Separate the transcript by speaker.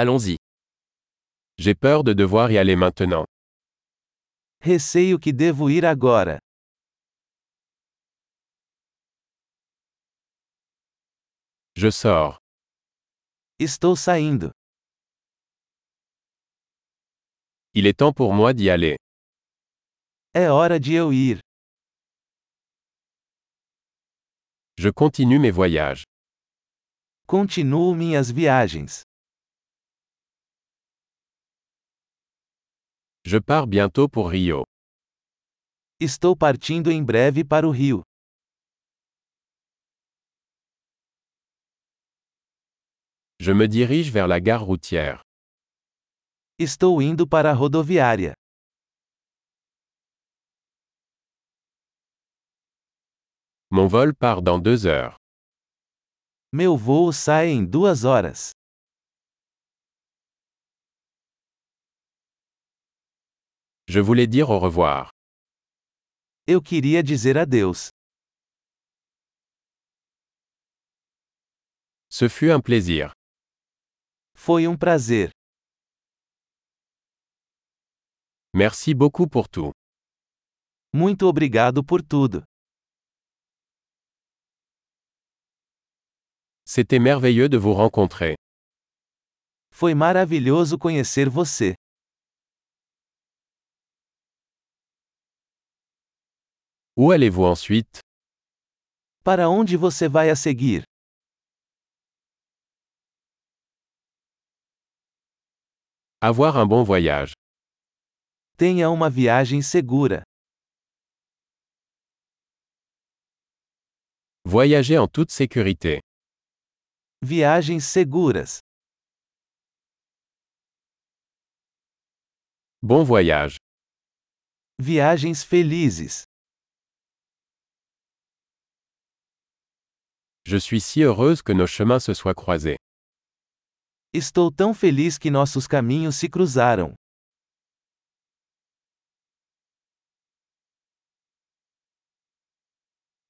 Speaker 1: Allons-y.
Speaker 2: J'ai peur de devoir y aller maintenant.
Speaker 3: Receio que devo ir agora.
Speaker 2: Je sors.
Speaker 3: Estou saindo.
Speaker 2: Il est temps pour moi d'y aller.
Speaker 3: É hora de eu ir.
Speaker 2: Je continue mes voyages.
Speaker 3: Continuo minhas viagens.
Speaker 2: Je pars bientôt pour Rio.
Speaker 3: Estou partindo em breve para o Rio.
Speaker 2: Je me dirige vers la gare routière.
Speaker 3: Estou indo para a rodoviária.
Speaker 2: Mon vol part dans deux heures.
Speaker 3: Meu voo sai em duas horas.
Speaker 2: Je voulais dire au revoir.
Speaker 3: Eu queria dizer adeus.
Speaker 2: Ce fut un plaisir.
Speaker 3: Foi um prazer.
Speaker 2: Merci beaucoup pour tout.
Speaker 3: Muito obrigado por tudo.
Speaker 2: C'était merveilleux de vous rencontrer.
Speaker 3: Foi maravilhoso conhecer você.
Speaker 2: Où allez-vous ensuite
Speaker 3: Para onde você vai a seguir?
Speaker 2: Avoir un bon voyage.
Speaker 3: Tenha uma viagem segura.
Speaker 2: Voyager en toute sécurité.
Speaker 3: Viagens seguras.
Speaker 2: Bon voyage.
Speaker 3: Viagens felizes.
Speaker 2: Je suis si heureuse que nos chemins se soient croisés.
Speaker 3: Estou tão feliz que nossos caminhos se cruzaram.